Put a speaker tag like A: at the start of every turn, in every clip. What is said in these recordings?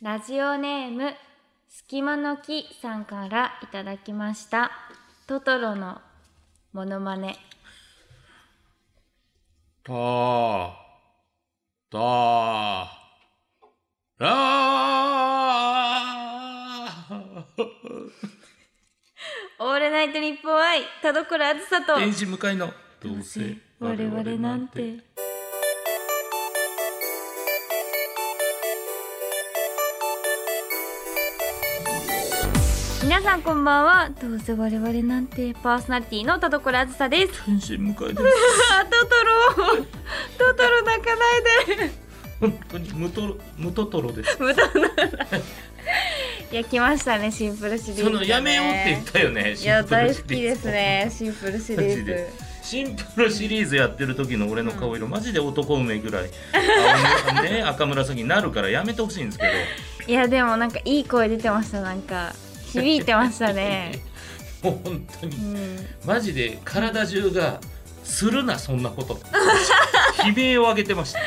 A: ラジオネームすきまの木さんからいただきましたトトロのモノマネ
B: たー、たー、ら
A: 「オールナイトニッポン愛田所あずさと」
B: ー天使向かいの、どうせ
A: 我々なんて。皆さんこんばんはどうせ我々なんてパーソナリティの田所あずさです
B: 天使向かいです。
A: あ トトロトトロ泣かないで
B: 本当に無トロ、無トトロです。
A: 無駄なやきましたねシンプルシリーズ、ね、
B: そのやめようって言ったよね。
A: いや
B: シンプル
A: 大
B: シ
A: 好
B: リーズ
A: きですねシンプルシリ
B: マ
A: ー
B: ジ
A: ズ
B: でシンプルシリーズやってる時の俺の顔色、マジで男梅ぐらい青 ねね赤紫になるからやめてほしいんですけ
A: いやでもなんかいい声出てましたなんか響いてましたね、
B: ど もう本当
A: う
B: に
A: ん、
B: マジで体中がするなそんなこと 悲鳴を上げてました、
A: い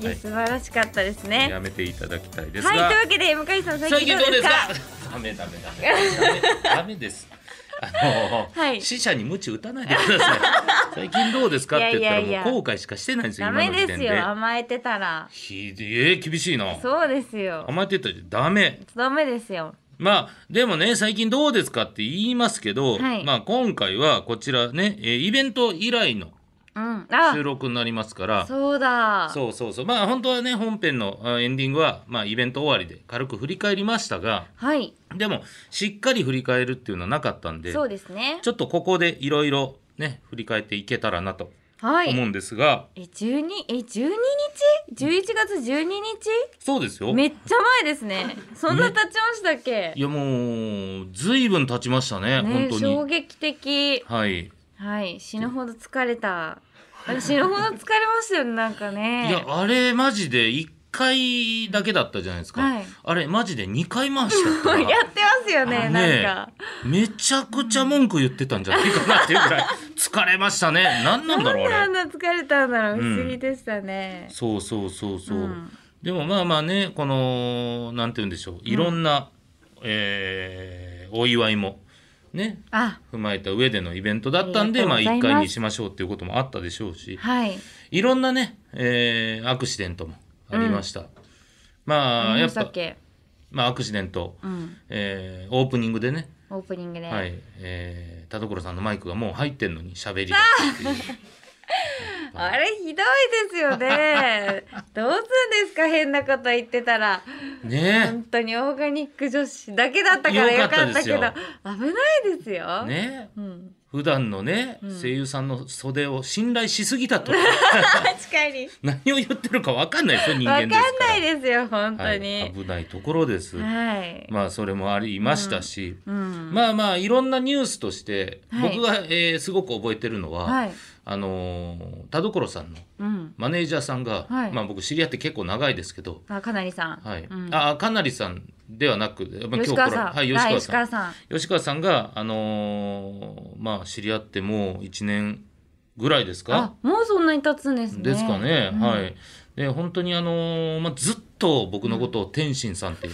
A: や素晴らしかったですね
B: やめていただきたいですが、
A: はいというわけで向井さん最
B: 最近
A: 近ど
B: どう
A: う
B: で
A: ですす
B: か
A: か
B: ダメダメダメダメダメですあの、
A: はい
B: 死者に鞭打たないでく ださい最近どうですかって言った
A: いやいや
B: ら
A: いや
B: もう後悔しかしてないんですよ
A: ダメ
B: 今の時
A: で
B: 点
A: す
B: で
A: よ甘えてたら
B: ひでえ厳しいな
A: そうですよ
B: 甘えてたじゃダメ
A: ダメですよ
B: まあでもね最近どうですかって言いますけど、
A: はい
B: まあ今回はこちらね、えーイベント以来の
A: うんあ
B: 収録になりますから
A: そうだ
B: そうそうそうまあ本当はね本編のあエンディングは、まあ、イベント終わりで軽く振り返りましたが
A: はい
B: でもしっかり振り返るっていうのはなかったんで
A: そうですね
B: ちょっとここでいろいろね振り返っていけたらなと
A: は
B: 思う
A: い
B: んですが、
A: え12え12日11月12日
B: そうですよ
A: めっちゃ前です ねそんな経ちましたっけ
B: いやもうずいぶん経ちましたね
A: ね
B: 本当
A: 衝
B: に
A: 撃的
B: はい
A: はい、死ぬほど疲れ た。死ぬほど疲れましたよね、なんかね。
B: いやあれマジで1回だけだったじゃないですか、
A: はい
B: あれマジで2回回しちゃったから
A: やってますよ
B: あ
A: ね、
B: の
A: なんか。
B: めちゃくちゃ文句言ってたんじゃないかなっていう ぐらい疲れましたね何なんだろう
A: なん
B: あれ
A: であんな疲れたんだろう、
B: うん
A: 不思議でしたね。
B: そうそうそうそう、
A: うん
B: でもまあまあねこのなんて言うんでしょういろんな、えーお祝いもね
A: あ、
B: 踏まえた上でのイベントだったんで
A: ありが
B: ま
A: と
B: あ
A: うございます
B: 1回にしましょうっていうこともあったでしょうし
A: はい。
B: いろんなね、えーアクシデントもありました、まあ
A: 何で
B: やっ
A: したっ
B: ぱ
A: け。
B: まあ、アクシデント、
A: うん、
B: えーオープニングでね、
A: オープニングで。
B: はいえー田所さんのマイクがもう入ってんのに喋りだっていう
A: あれひどいですよ ね。どうするんですか、変なこと言ってたら。
B: ね
A: 本当にオーガニック女子だけだったから
B: よ
A: よ
B: か
A: か
B: っ
A: ったた
B: です
A: け
B: よ
A: ど、危ないですよ。
B: えね
A: う
B: え
A: ん、
B: 普段のね、
A: うん
B: 声優さんの袖を信頼しすぎた と
A: 確かに。
B: 何を言ってるか分かんないですよ人
A: わか
B: 間
A: ん
B: ですから
A: ないですよ、本当
B: はい、
A: に。
B: 危ないところです、
A: はい。
B: まあそれもありましたし、
A: うん。
B: まあまあいろんなニュースとして、
A: はい
B: 僕が、えーすごく覚えてるのは、
A: はい。
B: あのー田所さんの
A: うん。
B: マネージャーさんが、
A: はい
B: まあ僕知り合って結構長いですけど、
A: あ、かなりさん。
B: はい
A: うん、
B: ああかなりさんではなくやっぱ今日
A: 吉
B: 来ら
A: 川さん。
B: はい、
A: あ
B: 吉川さん
A: さん。
B: 吉川さんが、あのーまあ、知り合ってもう1年ぐらいです
A: あ
B: か、
A: もうそんなに経つんですね。
B: ですかね、
A: うん
B: はい。で本当にあのーまあ、ずっと僕のことを天心さんって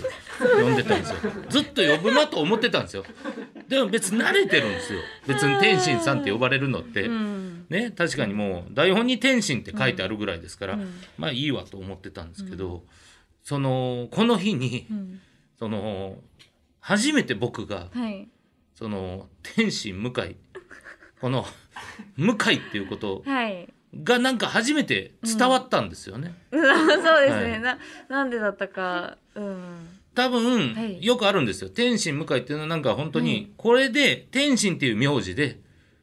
B: 呼んでたんで すよずっと呼ぶなと思ってたんですよでも別に慣れてるんですよ別に天心さんって呼ばれるのって、
A: うん。
B: ね、確かにもう台本に「天心」って書いてあるぐらいですから、
A: うん
B: まあいいわと思ってたんですけど、そのこの日に
A: うん。
B: その初めて僕が
A: はい。
B: その天心向井この向井っていうこと
A: はい。
B: がなんか初めて伝わったんですよね。
A: そうですね、
B: はい
A: な。なんでだったか。うん。
B: 多分、
A: はい
B: よくあるんですよ天心向井っていうのはなんか本当にこれで天心っていう名字で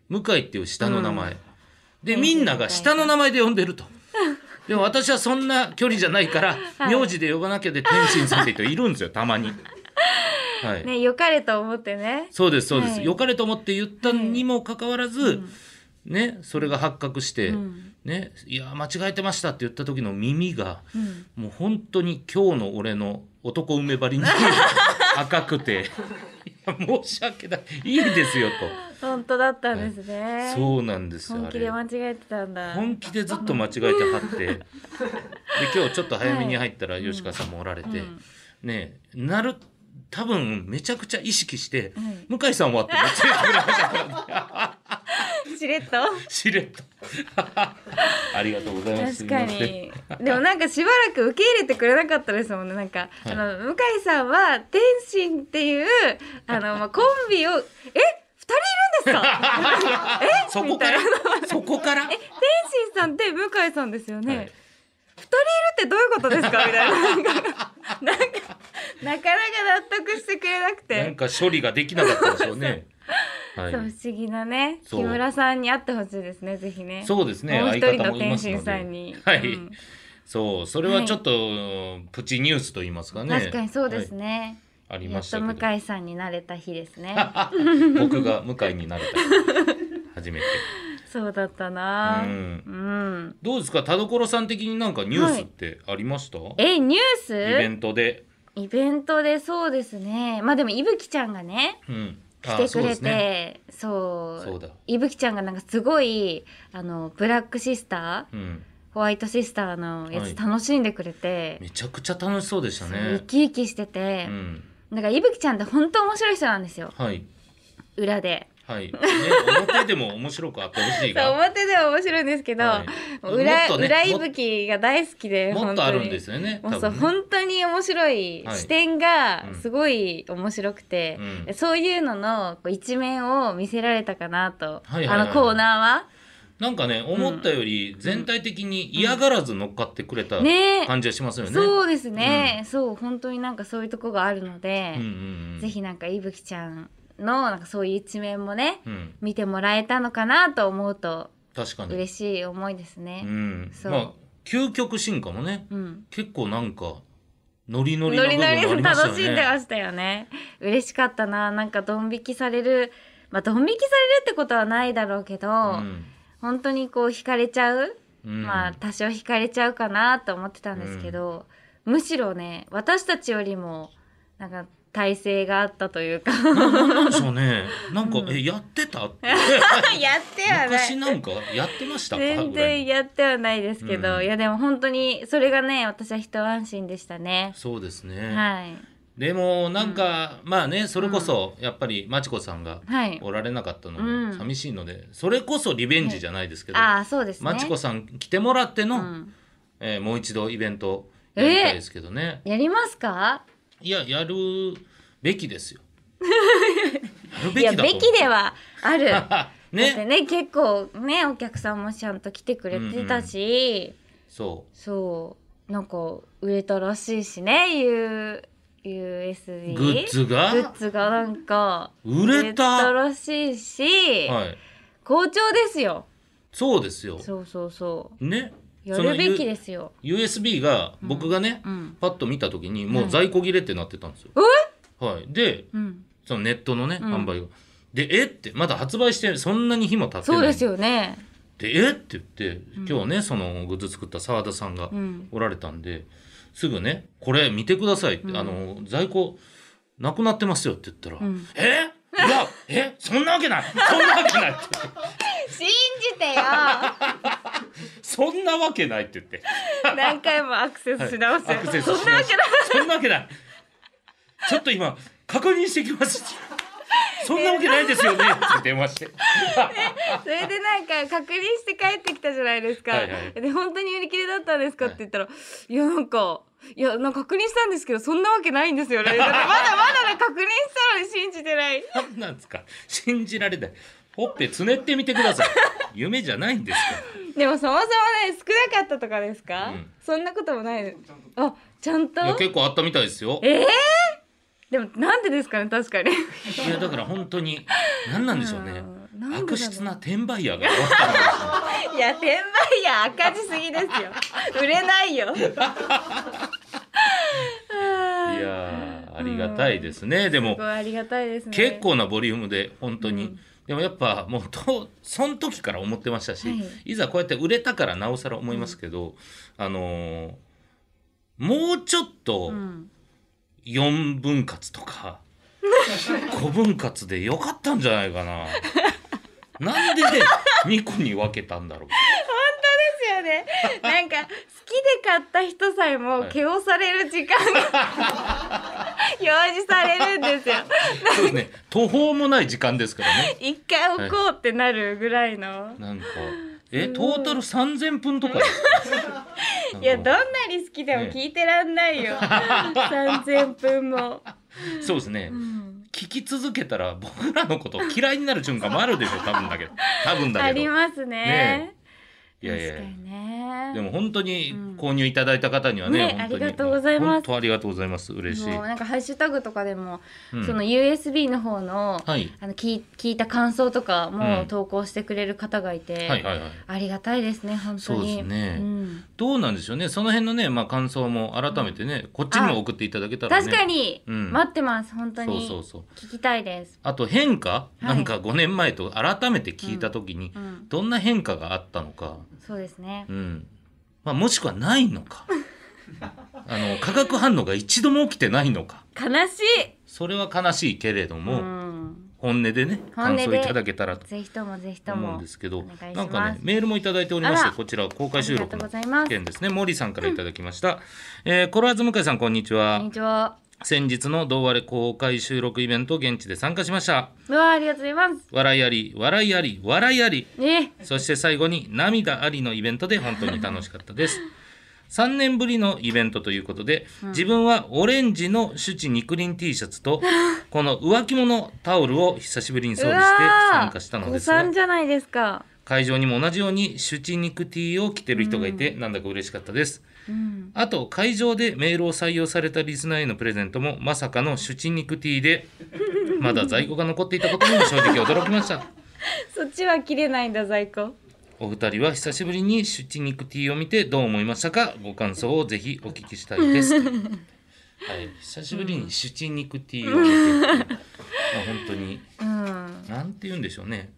B: 向井っていう下の名前、
A: うん
B: で
A: 天
B: み
A: 心
B: んなが下の名前で呼んでる とでも私はそんな距離じゃないから、
A: はい
B: 名字で呼ばなきゃで天心さんって人いるんですよたまに。はい
A: ね、良かれと思ってね。
B: そうですそうです、
A: はい
B: 良かれと思って言ったにもかかわらず、
A: うん
B: ね、それが発覚して、
A: うん。
B: ね、いや間違えてましたって言った時の耳が
A: うん。
B: もう本当に今日の俺の男梅張り に赤くていや申し訳ないいいですよ
A: 本当だったんです
B: と
A: ね。
B: そうなんですよ
A: 本
B: あ
A: 気で
B: れ
A: 間違えてたんだ。
B: 本気でずっ と間違えてはってで今日ちょっと早めに入ったら吉川さんもおられて、
A: うん
B: ねえなる多分めちゃくちゃ意識して
A: は
B: 「向井さんは?」ってめっちゃ言ってくれましたからね
A: い、しれっと
B: しれっと ありがとうございます
A: 確か
B: すいません
A: にでもなんかしばらく受け入れてくれなかったですもんねなんか、
B: はい
A: あの向井さんは天心っていうあの、まあ、コンビをえ二人いるんです か
B: そこからそこから
A: え天心さんって向井さんですよね、
B: はい
A: 二人いるってどういうことですかみたいななん かなんかなかなか納得してくれなく
B: なん
A: て、
B: か処理ができなかったんでしょ うね。は
A: そう
B: い。
A: 不思議なね
B: そう
A: 木村さんに会ってほしいですねぜひね
B: そうですね。
A: もう一
B: 相
A: 人
B: 方
A: の
B: もいま
A: 天
B: すの
A: 心
B: で。
A: さんに
B: はい。
A: うん
B: そう、それはちょっと、プチニュースと言いますかね。
A: 確かにそうです
B: はい
A: ね、
B: あり
A: や
B: ま
A: っ
B: し
A: と
B: たけど。
A: 向井さんになれた日ですね
B: 僕が向井になれた。初めて。
A: そうだったな
B: う
A: うんん、
B: どうですか、田所さん的になんかニュースってありました。
A: えニュ
B: イベ
A: ース
B: ントで。
A: イベントでそうですねまあでもいぶきちゃんがね
B: うん。あ
A: 来て
B: そ
A: く
B: うで
A: れ
B: すね。
A: てそう,、
B: そうだ。
A: いぶきちゃんがなんかすごいあのブラックシスター
B: うん。
A: ホワイトシスターのや
B: は
A: つ
B: い
A: 楽しんでくれて、
B: めちゃくちゃ楽しそうでした
A: そう生
B: ね。
A: き生きしてて
B: う、ん。
A: なんかいぶきちゃんって本当面白い人なんですよ
B: はい。
A: 裏で。
B: はい。ね、表でも面白くあってほしい
A: そう
B: が。
A: 表では面白いんですけど、
B: はいもっ
A: 裏
B: とね
A: 裏いぶきが大好きで
B: もっ
A: 本
B: とあ
A: 当
B: るん
A: に
B: ですよね。
A: もう
B: 多
A: そう
B: 分ね
A: 本当に面白い
B: はい
A: 視点が
B: うん
A: すごい面白くて、
B: うん
A: そういうののこう一面を見せられたかなと、
B: はいはいはい
A: あのコーナ
B: なんかね思ったより全体的に嫌がらず乗っかってくれた
A: ーはね
B: 感じがしますよね。
A: そうですね、そう本当になんかそういうとこがあるので
B: うん、うんうん、
A: ぜひなんかいぶきちゃんのなんかそういう一面もね
B: うん、
A: 見てもらえたのかなと思うと
B: 確かに。
A: 嬉しい思いですね
B: う。ん、
A: そう
B: まあ究極進化もね
A: うん
B: 結構なんかノリノリ
A: ノ
B: な
A: リ
B: 部分
A: ノ
B: もあ
A: リで楽し
B: りましたよね。
A: んでましたよね。嬉しかったな。なんかドン引きされる。まあ、ドン引きされるってことはないだろうけど、本当にこう惹かれちゃう、
B: うんうん
A: まあ多少惹かれちゃうかなと思ってたんですけど、むしろね私たちよりもなんか体勢があったというか
B: ななんでしょうね。なんか、
A: うん
B: えやってたって
A: やってはな
B: 昔
A: い
B: なんかやってましたか
A: 全
B: ぐら
A: 然
B: い
A: やってはないですけど、
B: うん
A: いやでも本当にそれがね私は一安心でしたね。
B: そうですね。
A: はい、
B: でもなんか、まあねそれこそやっぱりまちこさんが
A: はい、
B: おられなかったの
A: う
B: も
A: ん
B: 寂しいので、それこそリベンジじゃないですけど、
A: ああそうですね。
B: まちこさん来てもらっての、
A: うん
B: えーもう一度イベントやりたいですけどね、
A: やりますか
B: いややるべきで すよやるべ
A: い
B: き
A: や
B: だと
A: べ
B: 思う
A: きではあるだって
B: ね
A: ね結構ねお客さんもちゃんと来てくれてたし、
B: そ
A: そうなんか売れたらしいしね U USB
B: うグッズが
A: グッズがなんか
B: 売れた
A: らしいし、
B: はい
A: 好調ですよ
B: そうですよ
A: そうそうそ
B: ね
A: うやるべきですよ、
B: ゆ USB が僕がね、
A: うん
B: パッと見た時にもう在庫切れってなってたんですよ、はい、で
A: うん、
B: そのネットのね、
A: うん
B: 販売がでえってまだ発売してそんなに日も経ってな
A: そ
B: いう
A: ですよね
B: でえって言って今日ね、そのグッズ作った澤田さんが
A: うん
B: おられたんですぐね「これ見てください」って、
A: うん
B: あの在庫なくなってますよ」って言ったら「
A: うん
B: えいやえそんなわけないそんなわけない」って言っ て
A: 信じてよ
B: 「そんなわけない」って言って
A: 何回もアクセスし直すよ、
B: アクセス
A: そんなわけない
B: 「そんなわけない」ちょっと今確認してきますそんなわけないですよ ね」って電話して
A: それでなんか確認して帰ってきたじゃないですか。
B: はいはい
A: で本当に売り切れだったんですかって言ったら、い、やなんかいやなんか確認したんですけどそんなわけないんですよね。だ からまだまだ、ね、確認したのに信じてない。
B: 何なんですか信じられないほっぺつねってみてください夢じゃないんですから
A: でもそもそもね少なかったとかですか？
B: うん
A: そんなこともない。あちゃんと
B: いや。結構あったみたいですよ
A: ええーでもなんでですかね確か に。
B: いやだから本当に何なんでしょうね
A: うんなんでだろう
B: 悪質な転売ヤーが終わったのかもしれない
A: いや転売や赤字すぎですよ。売れない よ。あ
B: い
A: ー
B: やーありがたいですね、ですも
A: ごいありがたいですね。
B: 結構なボリュームで本当に、
A: うん
B: でもやっぱもうとその時から思ってましたし、
A: はいい、
B: ざこうやって売れたからなおさら思いますけど、あのーもうちょっと
A: うん
B: 4分割とか、5分割でよかったんじゃない かな。なんで2個に分けたんだろう。
A: ですよね。なんか好きで買った人さえも
B: はい
A: 毛をされる時間が、 開示されるんですよ
B: そうですね途方もない時間ですからね
A: 一回置こうってなるぐらいの、
B: なんかえトータル3000分とかです
A: い、や
B: なん
A: どん
B: か
A: なに好きでも聞いてらんない よ3000分も、
B: そうですね、
A: うん
B: 聞き続けたら僕らのこと嫌いになる瞬間もあるでしょ多分だけど多分
A: あ
B: だけど
A: り
B: い
A: ますね
B: ねやいや
A: 確かにね
B: でも本当に
A: うん
B: 購入いただいた方にはね,、
A: ね
B: 本当に
A: ありがとうございます
B: 本当ありがとうございます嬉しい
A: もうなんかハッシュタグとかでも、
B: うん
A: その USB の方の,、
B: はい
A: あの聞い聞いた感想とかも
B: うん
A: 投稿してくれる方がいて、
B: はいはいはい
A: ありがたいですね本当に
B: そうですね
A: ん
B: どうなんでしょうねその辺のねまあ感想も改めてね、こっちにも送っていただけたらね
A: 確かに、
B: うん
A: 待ってます本当に
B: そうそうそう
A: 聞きたいです、
B: あと変化、
A: い
B: なんか5年前と改めて聞いた時に、
A: うん、
B: どんな変化があったのか、
A: そうですね
B: うんまあ、もしくはないの かあの化学反応が一度も起きてないのか
A: 悲しい、
B: それは悲しいけれど
A: う
B: も、
A: ん、
B: 本音でね
A: 本音
B: 感
A: で
B: 想いただけたらと
A: ぜひともぜひと
B: 思うん
A: も
B: ですけど
A: お願いします
B: なんかねメールもいただいておりまし
A: あ
B: て
A: ら
B: こちら公開収録
A: ありがとうござ
B: の
A: います
B: 件ですねモーリーさんからいただきました、えーコロワーズ向井さんこんにち
A: こ
B: は
A: んにちは
B: 先日の同割れ公開収録イベント現地で参加しました
A: うわありがとうございます
B: 笑いあり笑いあり笑いあり
A: ね
B: そして最後に涙ありのイベントで本当に楽しかったです。3年ぶりのイベントということで、自分はオレンジの手地肉林 T シャツと、この浮気物タオルを久しぶりに装備して参加したのです
A: うわあ誤
B: が
A: 算、じゃないですか
B: 会場にも同じように手地肉 T を着てる人がいて、なんだか嬉しかったです。
A: うん
B: あと、会場でメールを採用されたリスナーへのプレゼントも、まさかの手地肉 T で、まだ在庫が残っていたことにも正直驚きました。
A: そっちは切れないんだ在庫
B: お二人は久しぶりに出チ肉 T を見てどう思いましたかご感想をぜひお聞きしたいです。はい、久しぶりに出チ肉 T を見て、まあ本当に
A: うん
B: なんて言うんでしょうね。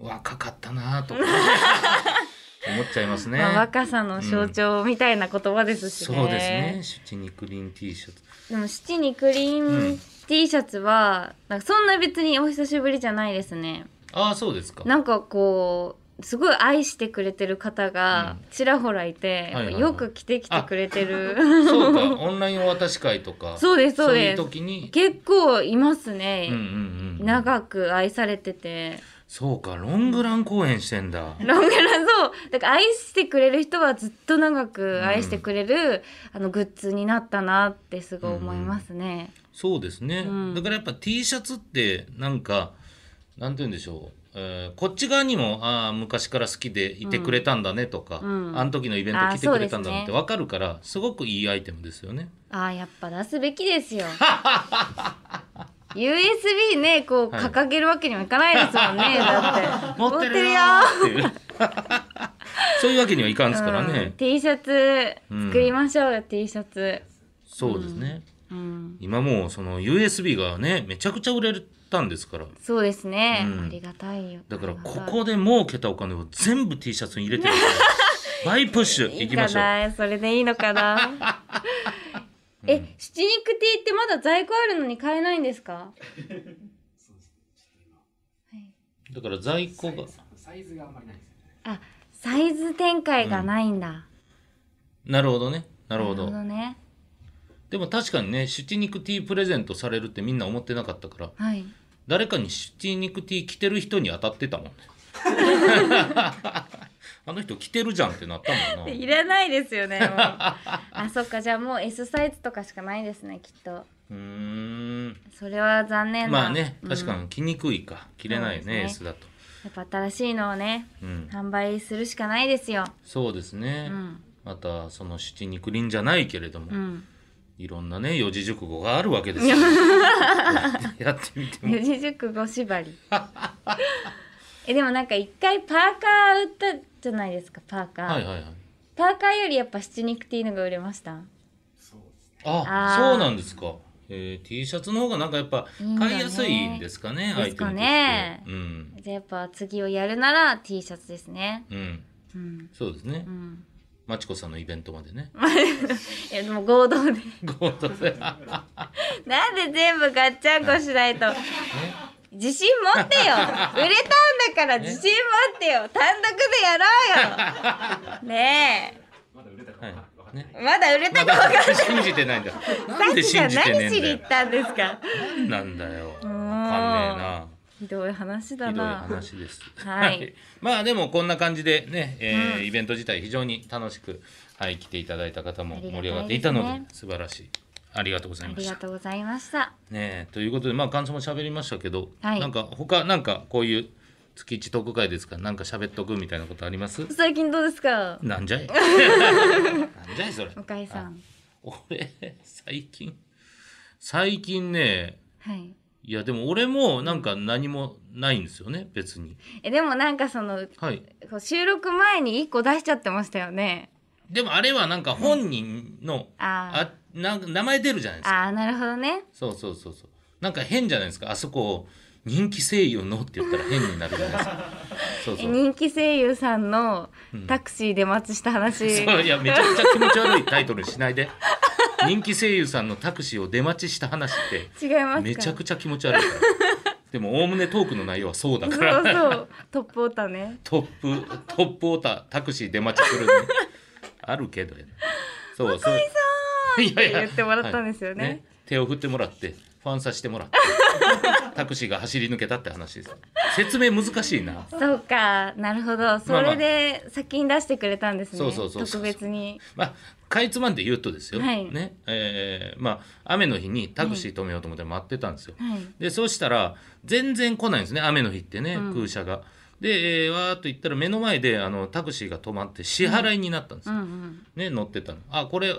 B: 若かったな ぁとか思っちゃいますね。
A: まあ、若さの象徴みたいな言葉ですしね。
B: そうですね。出チ肉リン T シャツ。
A: でも七にクリー
B: う
A: ン
B: ん
A: T シャツは、なんかそんな別にお久しぶりじゃないですね。
B: ああそうですか。
A: なんかこうすごい愛してくれてる方がちらほらいて、
B: はいはいはい
A: よく着てきてくれてる。
B: そうか オンラインお渡し会と か。
A: そうですそうです
B: そういう時に。
A: 結構います
B: うんうん
A: ね。
B: うん。
A: 長く愛されてて、
B: そうかロングラン公演してんだ。
A: ロングランそう、だから愛してくれる人はずっと長く愛してくれる、あのグッズになったなってすごい思いますね。
B: そうですね、
A: うん
B: だからやっぱ T シャツってなんかなんて言うんでしょう、えーこっち側にもああ昔から好きでいてくれたんだねとか、
A: うん
B: あの時のイベント
A: あー
B: 来てくれたんだねって
A: そうですね
B: 分かるからすごくいいアイテムですよね。
A: ああやっぱ出すべきです よ USB ねこう
B: はい
A: 掲げるわけにもいかないですもんね、だって
B: 持ってるよーっていうそういうわけにはいかんですからね、
A: うん T シャツ
B: うん
A: 作りましょうよ、T シャツ、
B: そうですね、
A: うん、
B: 今もうその USB がねめちゃくちゃ売れたんですから
A: そうですね、
B: うん
A: ありがたいよ
B: だからこ
A: ありが
B: こで儲けたお金を全部 T シャツに入れ てるから倍プッ
A: た
B: シュ
A: いい
B: いき
A: い
B: ま
A: か
B: しょう。
A: なそれでいいのかな え、七肉 T ってまだ在庫あるのに買えないんですか
B: だから在庫が
C: サイズがあんまりないですよね。
A: あ、サイズ展開がないんだ、
B: なるほどねなるほど
A: ね
B: でも確かにねシュチ肉 T プレゼントされるってみんな思ってなかったから
A: はい
B: 誰かにシュチ肉 T 着てる人に当たってたも んねあの人着てるじゃんってなったもん
A: い
B: な
A: らないですよね。 もうあ、そっか、じゃあもう S サイズとかしかないですね、きっと。
B: うーん
A: それは残念な。
B: まあね
A: うん
B: 確かに着にくいか着れない
A: そ
B: よね,、
A: うです
B: S だと、
A: やっぱ新しいのをね、
B: うん、
A: 販売するしかないですよ。
B: そうですね、
A: うん
B: またそのシュチ肉林じゃないけれども、
A: うん。
B: いろんなね四字熟語があるわけですよ やってみても
A: 四字熟語縛 り。え、でもなんか一回パーカー売ったじゃないですか、パーカー。
B: はいはいはい
A: パーカーよりやっぱ七肉っていうのが売れました。
C: そうですね。
B: あ
A: あー
B: そうなんですか、えー、T シャツの方がなんかやっぱ
A: いいんだね
B: 買いやすいんですかね
A: ですか
B: アイ
A: ね
B: テムとしてうん
A: じゃあやっぱ次をやるなら T シャツですね。
B: うん
A: うん。
B: そうですね
A: うん。
B: まちこさんのイベントまでね
A: いや、でも合同で。
B: ごめんなさい
A: なんで全部ガッチャンコしないと。自信持って よ。売れたんだから自信持ってよ。単独でやろうよ。ねえ。
C: まだ売れたか
B: は
C: わ
B: い
C: かんない。
B: ね
A: まだ売れ
B: ま
A: たか分かんない
B: だ信じてないんだ。なんで
A: さ
B: 信
A: っき
B: じ
A: から
B: てねえ
A: 何しに
B: ん
A: 行
B: だ
A: っ
B: よ。
A: たんですか
B: 何なんだよ。わかんね
A: ひどい話
B: えな。
A: だ
B: ひどい
A: な
B: 話です。
A: はい
B: まあでもこんな感じでね、えー
A: うん
B: イベント自体非常に楽しく、はい、来ていただいた方も
A: ありがたいですね
B: 盛り上がっていたので素晴らしい。ありがとうござ
A: あ
B: いま
A: り
B: し
A: が
B: た。
A: とうございました
B: ねえということでまあ感想も喋りましたけど、
A: はい
B: なんか他なんかこういう月一特会ですからなんか喋っとくみたいなことあります？
A: 最近どうですか
B: な んじゃい。なんじゃいそれ。
A: 向井さん
B: 俺最近最近ね
A: はい
B: いやでも俺もなんか何もないんですよね別に
A: えでもなんかその
B: はい
A: こう収録前に1個出しちゃってましたよね
B: でもあれはなんか本人の、
A: あ
B: あな名前出るじゃないで
A: あ
B: すか
A: ああなるほどね
B: そうそうそうそうなんか変じゃないですかあそこを人気声優のって言ったら変になるじゃないで すかそう
A: え
B: そう
A: 人気声優さんのタクシーで待ちした話、
B: そういやめちゃくちゃ気持ち悪いタイトルしないで人気声優さんのタクシーを出待ちした 話って
A: 違いますか
B: めちゃくちゃ気持ち悪いからでもおおむねトークの内容はそうだから
A: そうそうトップオータね
B: トップトップオータータクシー出待ちするのあるけどやなそうそういやいや
A: って言ってもらったんですよね
B: はい手を振ってもらってファンさせてもらって タクシーが走り抜けたって話です説明難しいな
A: そうかなるほどそれで先に出してくれたんですね、
B: そうそうそうそう
A: 特別に
B: まあかいつまんで言うとですよ、
A: はい
B: ねえーまあ雨の日にタクシー止めようと思って待ってたんですよ、
A: はい
B: でそうしたら全然来ないんですね雨の日ってね、空車が。で、えーわーっと行ったら目の前であのタクシーが止まって支払いになったんです
A: う
B: よ
A: んうん
B: ね、乗ってたのあこれ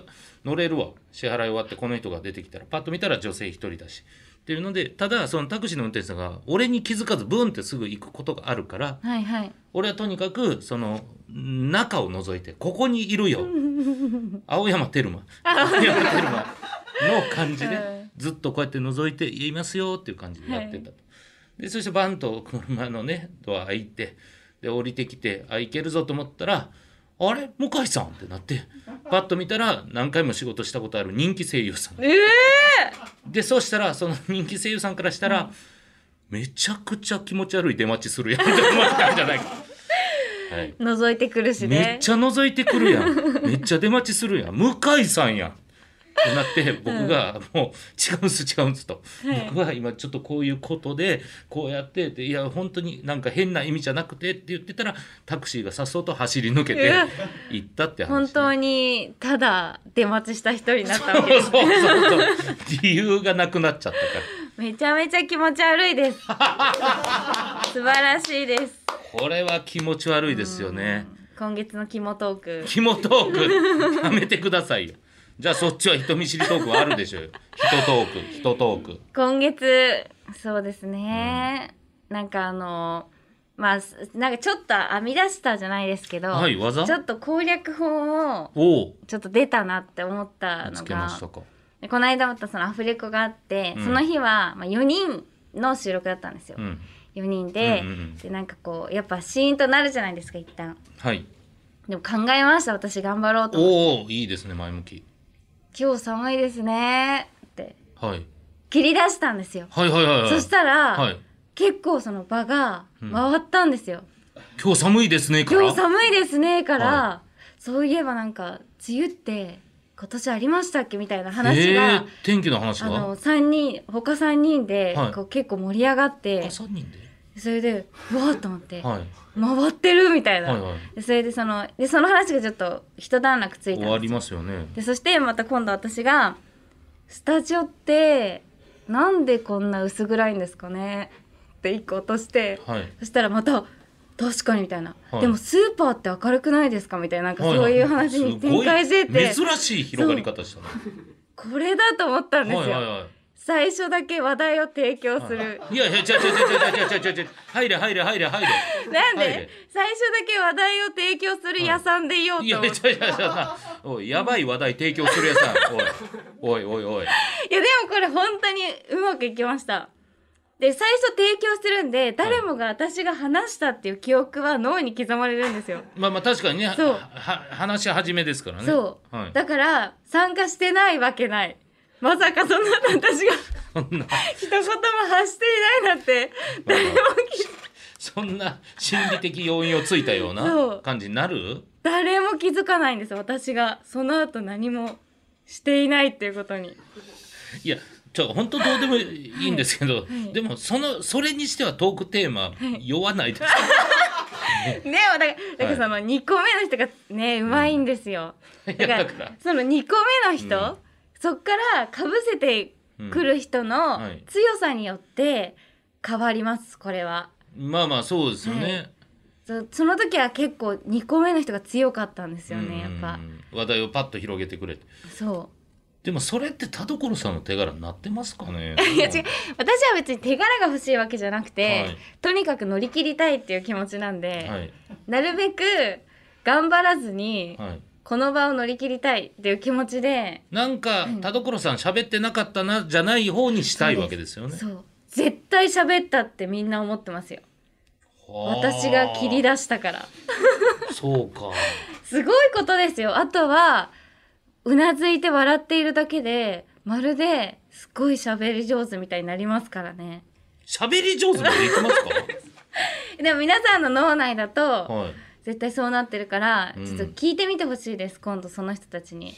B: 乗れるわ支払い終わってこの人が出てきたらパッと見たら女性一人だしっていうのでただそのタクシーの運転手さんが俺に気づかずブンってすぐ行くことがあるから
A: はいはい
B: 俺はとにかくその中を覗いてここにいるよ 青山テルマ青山テルマの感じ
A: は
B: で
A: い
B: ずっとこうやって覗いていますよっていう感じでやってたと。でそしてバンと車のねドア開いてで降りてきてあ行けるぞと思ったら「あれ向井さん?」ってなってパッと見たら何回も仕事したことある人気声優さん
A: ええ
B: でそうしたらその人気声優さんからしたら、めちゃくちゃ気持ち悪い出待ちするやんって思ったんじゃないか、はい、
A: 覗いてくるしね
B: めっちゃ覗いてくるやんめっちゃ出待ちするやん向井さんやんってなって僕がもう違うんす違うんすと、
A: はい
B: 僕は今ちょっとこういうことでこうやってでいや本当になんか変な意味じゃなくてって言ってたらタクシーがさっそうと走り抜けて行ったって話、ね、
A: 本当にただ出待ちした人になったわけ
B: そうそうそうそう理由がなくなっちゃったから。
A: めちゃめちゃ気持ち悪いです 素晴らしいです
B: これは気持ち悪いですよね。
A: 今月の肝トーク
B: 肝トーク、やめてくださいよ。じゃあそっちは人見知りトークはあるでしょうよ。人トーク、人トーク。
A: 今月そうですね、なんかあのまあすなんかちょっと編み出したじゃないですけど、
B: はい、技
A: ちょっと攻略法を
B: おお、
A: ちょっと出たなって思ったの
B: 見つけま
A: が
B: したか。
A: でこの間またそのアフレコがあって、
B: うん
A: その日は、まあ、4人の収録だったんですよ、
B: うん。
A: 4人で、
B: うんうんうん
A: でなんかこうやっぱシーンとなるじゃないですか一旦
B: はい。
A: でも考えました私頑張ろうと思って
B: おお、いいですね、前向き。
A: 今日寒いですねって
B: はい。
A: 切り出したんですよ、
B: はいはいはいはい。
A: そしたら、
B: はい。
A: 結構その場が回ったんですよ、
B: 今日寒いですねから。
A: 今日寒いですねから、
B: は
A: そういえばなんか梅雨って今年ありましたっけみたいな話
B: え
A: が
B: ー、、天気の話
A: あ
B: が。
A: の3人他3人で
B: はい
A: こう結構盛り上がって、
B: あ、三人で。
A: それでうわーっと思って、
B: はい。
A: 回ってるみたいな、
B: はいはい。
A: でそれでそのでその話がちょっと一段落ついたん
B: 終
A: です
B: わりますよね。
A: でそしてまた今度私がスタジオってなんでこんな薄暗いんですかねって1個落として、
B: はい。
A: そしたらまた確かにみたいな、
B: はい
A: でもスーパーって明るくないですかみたいななんか
B: は
A: そういう話に展開してて、
B: すごい珍しい広がり方したね。
A: これだと思ったんですよ、
B: はいはいはい。
A: 最初だけ話題を提供する、
B: いやいや、違う違う違う違う違う違う違う。入れ入れ入れ入れ。
A: なんで、
B: 入れ
A: 最初だけ話題を提供する屋さんでいようと
B: い
A: 思
B: や
A: っ
B: い
A: て、
B: やいやいやなおいやばい話題提供するやさんおいおいおいおい
A: いやでもこれ本当にうまくいきましたで最初提供してるんで誰もが私が話したっていう記憶は脳に刻まれるんですよ、
B: まあまあ確かにねは
A: そう
B: は話し始めですからね
A: そう、
B: はい、
A: だから参加してないわけないまさかそんなの私が
B: そんな
A: 一言も発していないなんて誰も気づ
B: そんな心理的要因をついたよう
A: そ
B: な
A: う
B: 感じになる
A: 誰も気づかないんです私がその後何もしていないっていうことに
B: いやちょ本当どうでもいいんですけど、
A: はい
B: でもそのそれにしてはトークテーマ、酔わないです
A: ねえだからだからその2個目の人がねうまいんですよ、
B: い
A: だか
B: や
A: ら
B: だから
A: その2個目の人、
B: うん
A: そっからかぶせてくる人の
B: うんはい
A: 強さによって変わりますこれは
B: まあまあそうですよね。
A: そその時は結構2個目の人が強かったんですよねやっぱ
B: うん話題をパッと広げてくれて。
A: そ
B: でもそれって田所さんの手柄になってますか ね。
A: ういや違う私は別に手柄が欲しいわけじゃなくて、
B: はい
A: とにかく乗り切りたいっていう気持ちなんで、
B: はい
A: なるべく頑張らずに
B: はい。
A: この場を乗り切りたいっていう気持ちで
B: なんか
A: ん
B: 田所さん喋ってなかったなじゃない方にしたいわけですよね。
A: そう絶対喋ったってみんな思ってますよ
B: はあ
A: 私が切り。出したから
B: そうか。
A: すごいことですよあとはうなずいて笑っているだけでまるですごい喋り上手みたいになりますからね
B: 喋り上手までいきます
A: でも皆さんの脳内だ
B: か。
A: と
B: はい。
A: 絶対そうなってるから、
B: うん
A: ちょっと聞いてみてほしいです今度その人たちに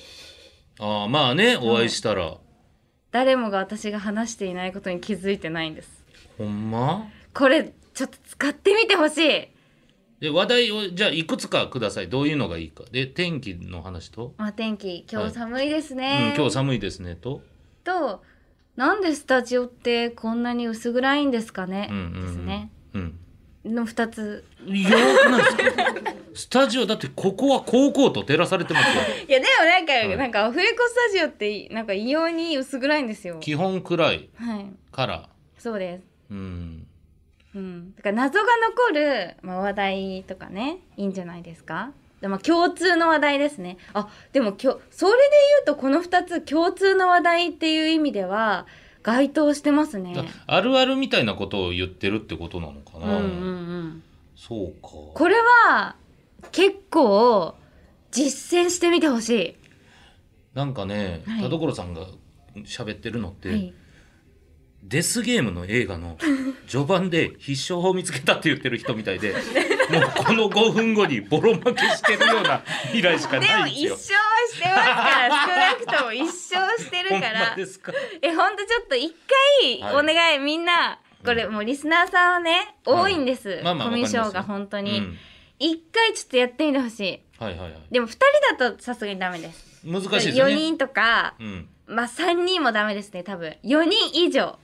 B: ああまあねお会いしたら、
A: 誰もが私が話していないことに気づいてないんです
B: ほんま。
A: これちょっと使ってみてほしい
B: で話題をじゃあいくつかくださいどういうのがいいかで天気の話と、
A: まあ天気今
B: はい
A: 日寒いですね、
B: うん、今日寒いですねと、
A: となんでスタジオってこんなに薄暗いんですかね、
B: うんうんうん、
A: ですね
B: うん、
A: の2つ
B: よくないですか スタジオだってここは高校と照らされてますよ
A: いやでもなんか、
B: はい
A: なんかアフレコスタジオってなんか異様に薄暗いんですよ
B: 基本暗い
A: はい
B: から
A: そうです
B: うん
A: うんだから謎が残る、まあ、話題とかねいいんじゃないですかでまあ共通の話題ですねあでもきょそれで言うとこの2つ共通の話題っていう意味では該当してますね
B: だあるあるみたいなことを言ってるってことなのか
A: うんうん
B: な、
A: うん
B: そうか
A: これは結構実践してみてほしい
B: なんかね、
A: はい
B: 田所さんが喋ってるのって、
A: はい、
B: デスゲームの映画の序盤で必勝法を見つけたって言ってる人みたいでもうこの5分後にボロ負けしてるような未来しか
A: で
B: な
A: も
B: いんです
A: 一
B: よ
A: 生。してますから少なくとも一生してるか
B: ほんま
A: ら
B: ですか
A: えほんとちょっと一回
B: はい
A: お願い、みんなこれもうリスナーさんはね多いんです、
B: まあまあ
A: コミュ
B: わ
A: 障
B: か
A: が
B: ります
A: 本当
B: う
A: に
B: ん
A: 一、回ちょっとやってみてほしい
B: はいはいはい
A: でも二人だとさすがにダメです
B: 難しい
A: 四
B: ですよね。
A: 4人とか、
B: うん
A: まあ3人もダメですね多分4人以上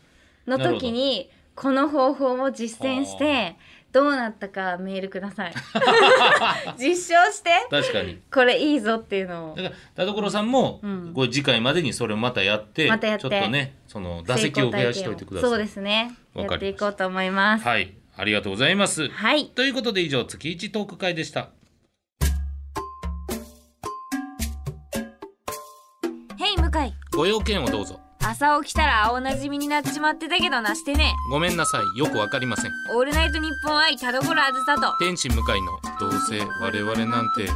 A: の時にこの方法を実践してどうなったかメールくだ さい実証して
B: 確かに
A: これいいぞっていうのを
B: だから田所さんも、
A: うん
B: これ次回までにそれをまたやって
A: またやって
B: ちょっとねその打席を増やしておいてください
A: そうですね
B: わ
A: や
B: かりまし
A: っていこ
B: た
A: うと思いますはい、
B: はいありがとうございます、ということで以上月一トーク会でした
A: ヘイ向井
B: ご用件をどうぞ
A: 朝起きたら青なじみになっちまってたけどなしてね
B: ごめんなさいよくわかりません
A: オールナイトニッポン愛田所あずさと
B: 天使向かいのどうせ我々なんて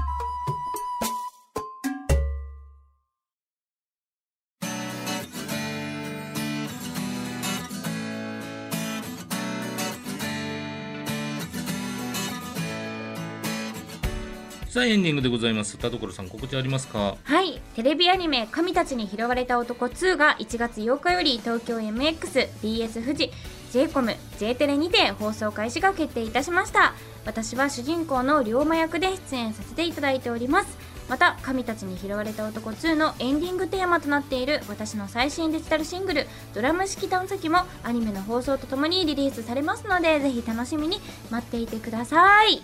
B: さあエンディングでございます田所さん告知ありますか
A: はいテレビアニメ「神たちに拾われた男2」が1月8日より東京 MXBS 富士 JCOM、J テレにて放送開始が決定いたしました私は主人公の龍馬役で出演させていただいておりますまた「神たちに拾われた男2」のエンディングテーマとなっている私の最新デジタルシングル「ドラム式探査機」もアニメの放送とともにリリースされますのでぜひ楽しみに待っていてください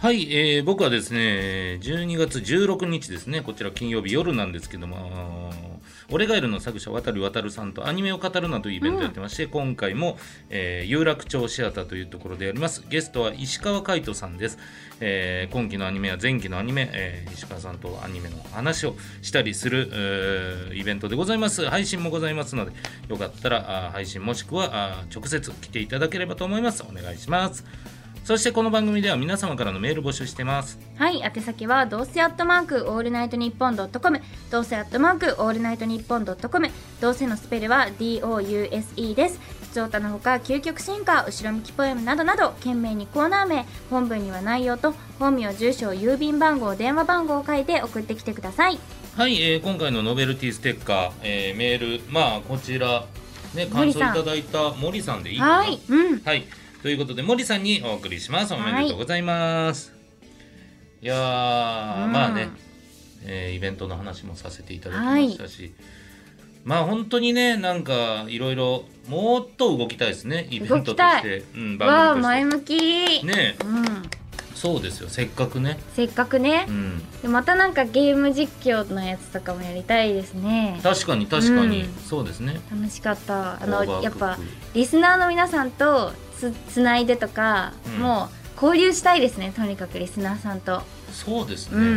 B: はい、えー僕はですね、12月16日ですね、こちら金曜日夜なんですけども、あの俺がいるの作者、渡る渡さんとアニメを語るなというイベントやってまして、今回も、えー有楽町シアターというところでやります。ゲストは石川海人さんです。えー今期のアニメや前期のアニメ、えー石川さんとアニメの話をしたりする、えーイベントでございます。配信もございますので、よかったらあー配信もしくはあー直接来ていただければと思います。お願いします。そしてこの番組では皆様からのメール募集してます
A: はい宛先はどうせアットマークオールナイトニッポンドットコムどうせアットマークオールナイトニッポンドットコムどうせのスペルは DOUSE です普通歌のほか究極進化後ろ向きポエムなどなど懸命にコーナー名本文には内容と本名住所郵便番号電話番号を書いて送ってきてください
B: はい、えー今回のノベルティステッカー、えーメールまあこちらね感
A: 森
B: 想い
A: さん
B: ただいた森さんでいいかな
A: はいうん
B: はい、ということで森さんにお送りしますお
A: はい
B: めでとうございます、い、やー、
A: うん
B: まあね、えーイベントの話もさせていただきましたし、まあ本当にねなんかいろいろもっと動きたいですねイベント
A: 動き
B: と
A: た
B: し
A: い
B: て、うん、
A: わあ
B: 番組と
A: 前
B: し
A: 向き、
B: てね
A: うん
B: そうですよせっかくね、
A: せっかくね
B: う、ん、
A: でまたなんかゲーム実況のやつとかもやりたいですね
B: 確かに確かに、
A: うん
B: そうですね
A: 楽しかったあ
B: オーバー
A: のやっ
B: クッ
A: ぱ
B: ク
A: リスナーの皆さんとつつないでとか、
B: うん
A: もう交流したいですねとにかくリスナーさんと、
B: そうですね、
A: うん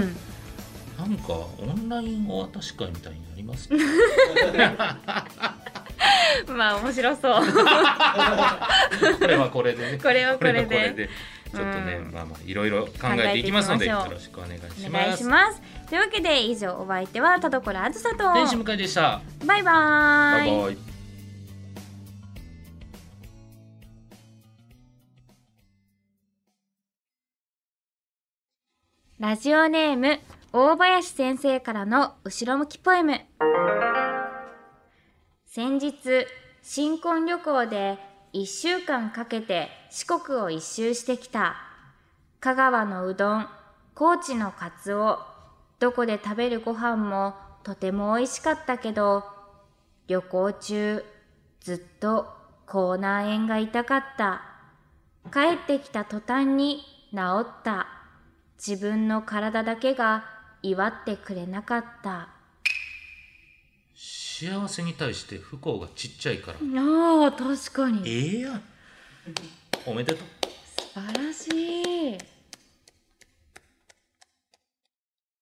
B: なんかオンラインお渡し会みたいになります、
A: まあ面白そう
B: これはこれでね
A: これはこれで
B: はちょっとね、
A: うん
B: まあまあいろいろ考えていきますので
A: 考
B: よ
A: えて
B: ろしくお願いし
A: お
B: ま
A: 願い
B: す
A: しますというわけで以上お相手は田所あずさと
B: 天使向井でした
A: バイバー
B: バイバイ
A: ラジオネーム大林先生からの後ろ向きポエム先日新婚旅行で1週間かけて四国を一周してきた香川のうどん高知のカツオどこで食べるご飯もとても美味しかったけど旅行中ずっと口内炎が痛かった帰ってきた途端に治った自分の体だけが祝ってくれなかった
B: 幸せに対して不幸がちっちゃいから、
A: ああ確か
B: ええ
A: に
B: やんおめでとう
A: 素晴らしい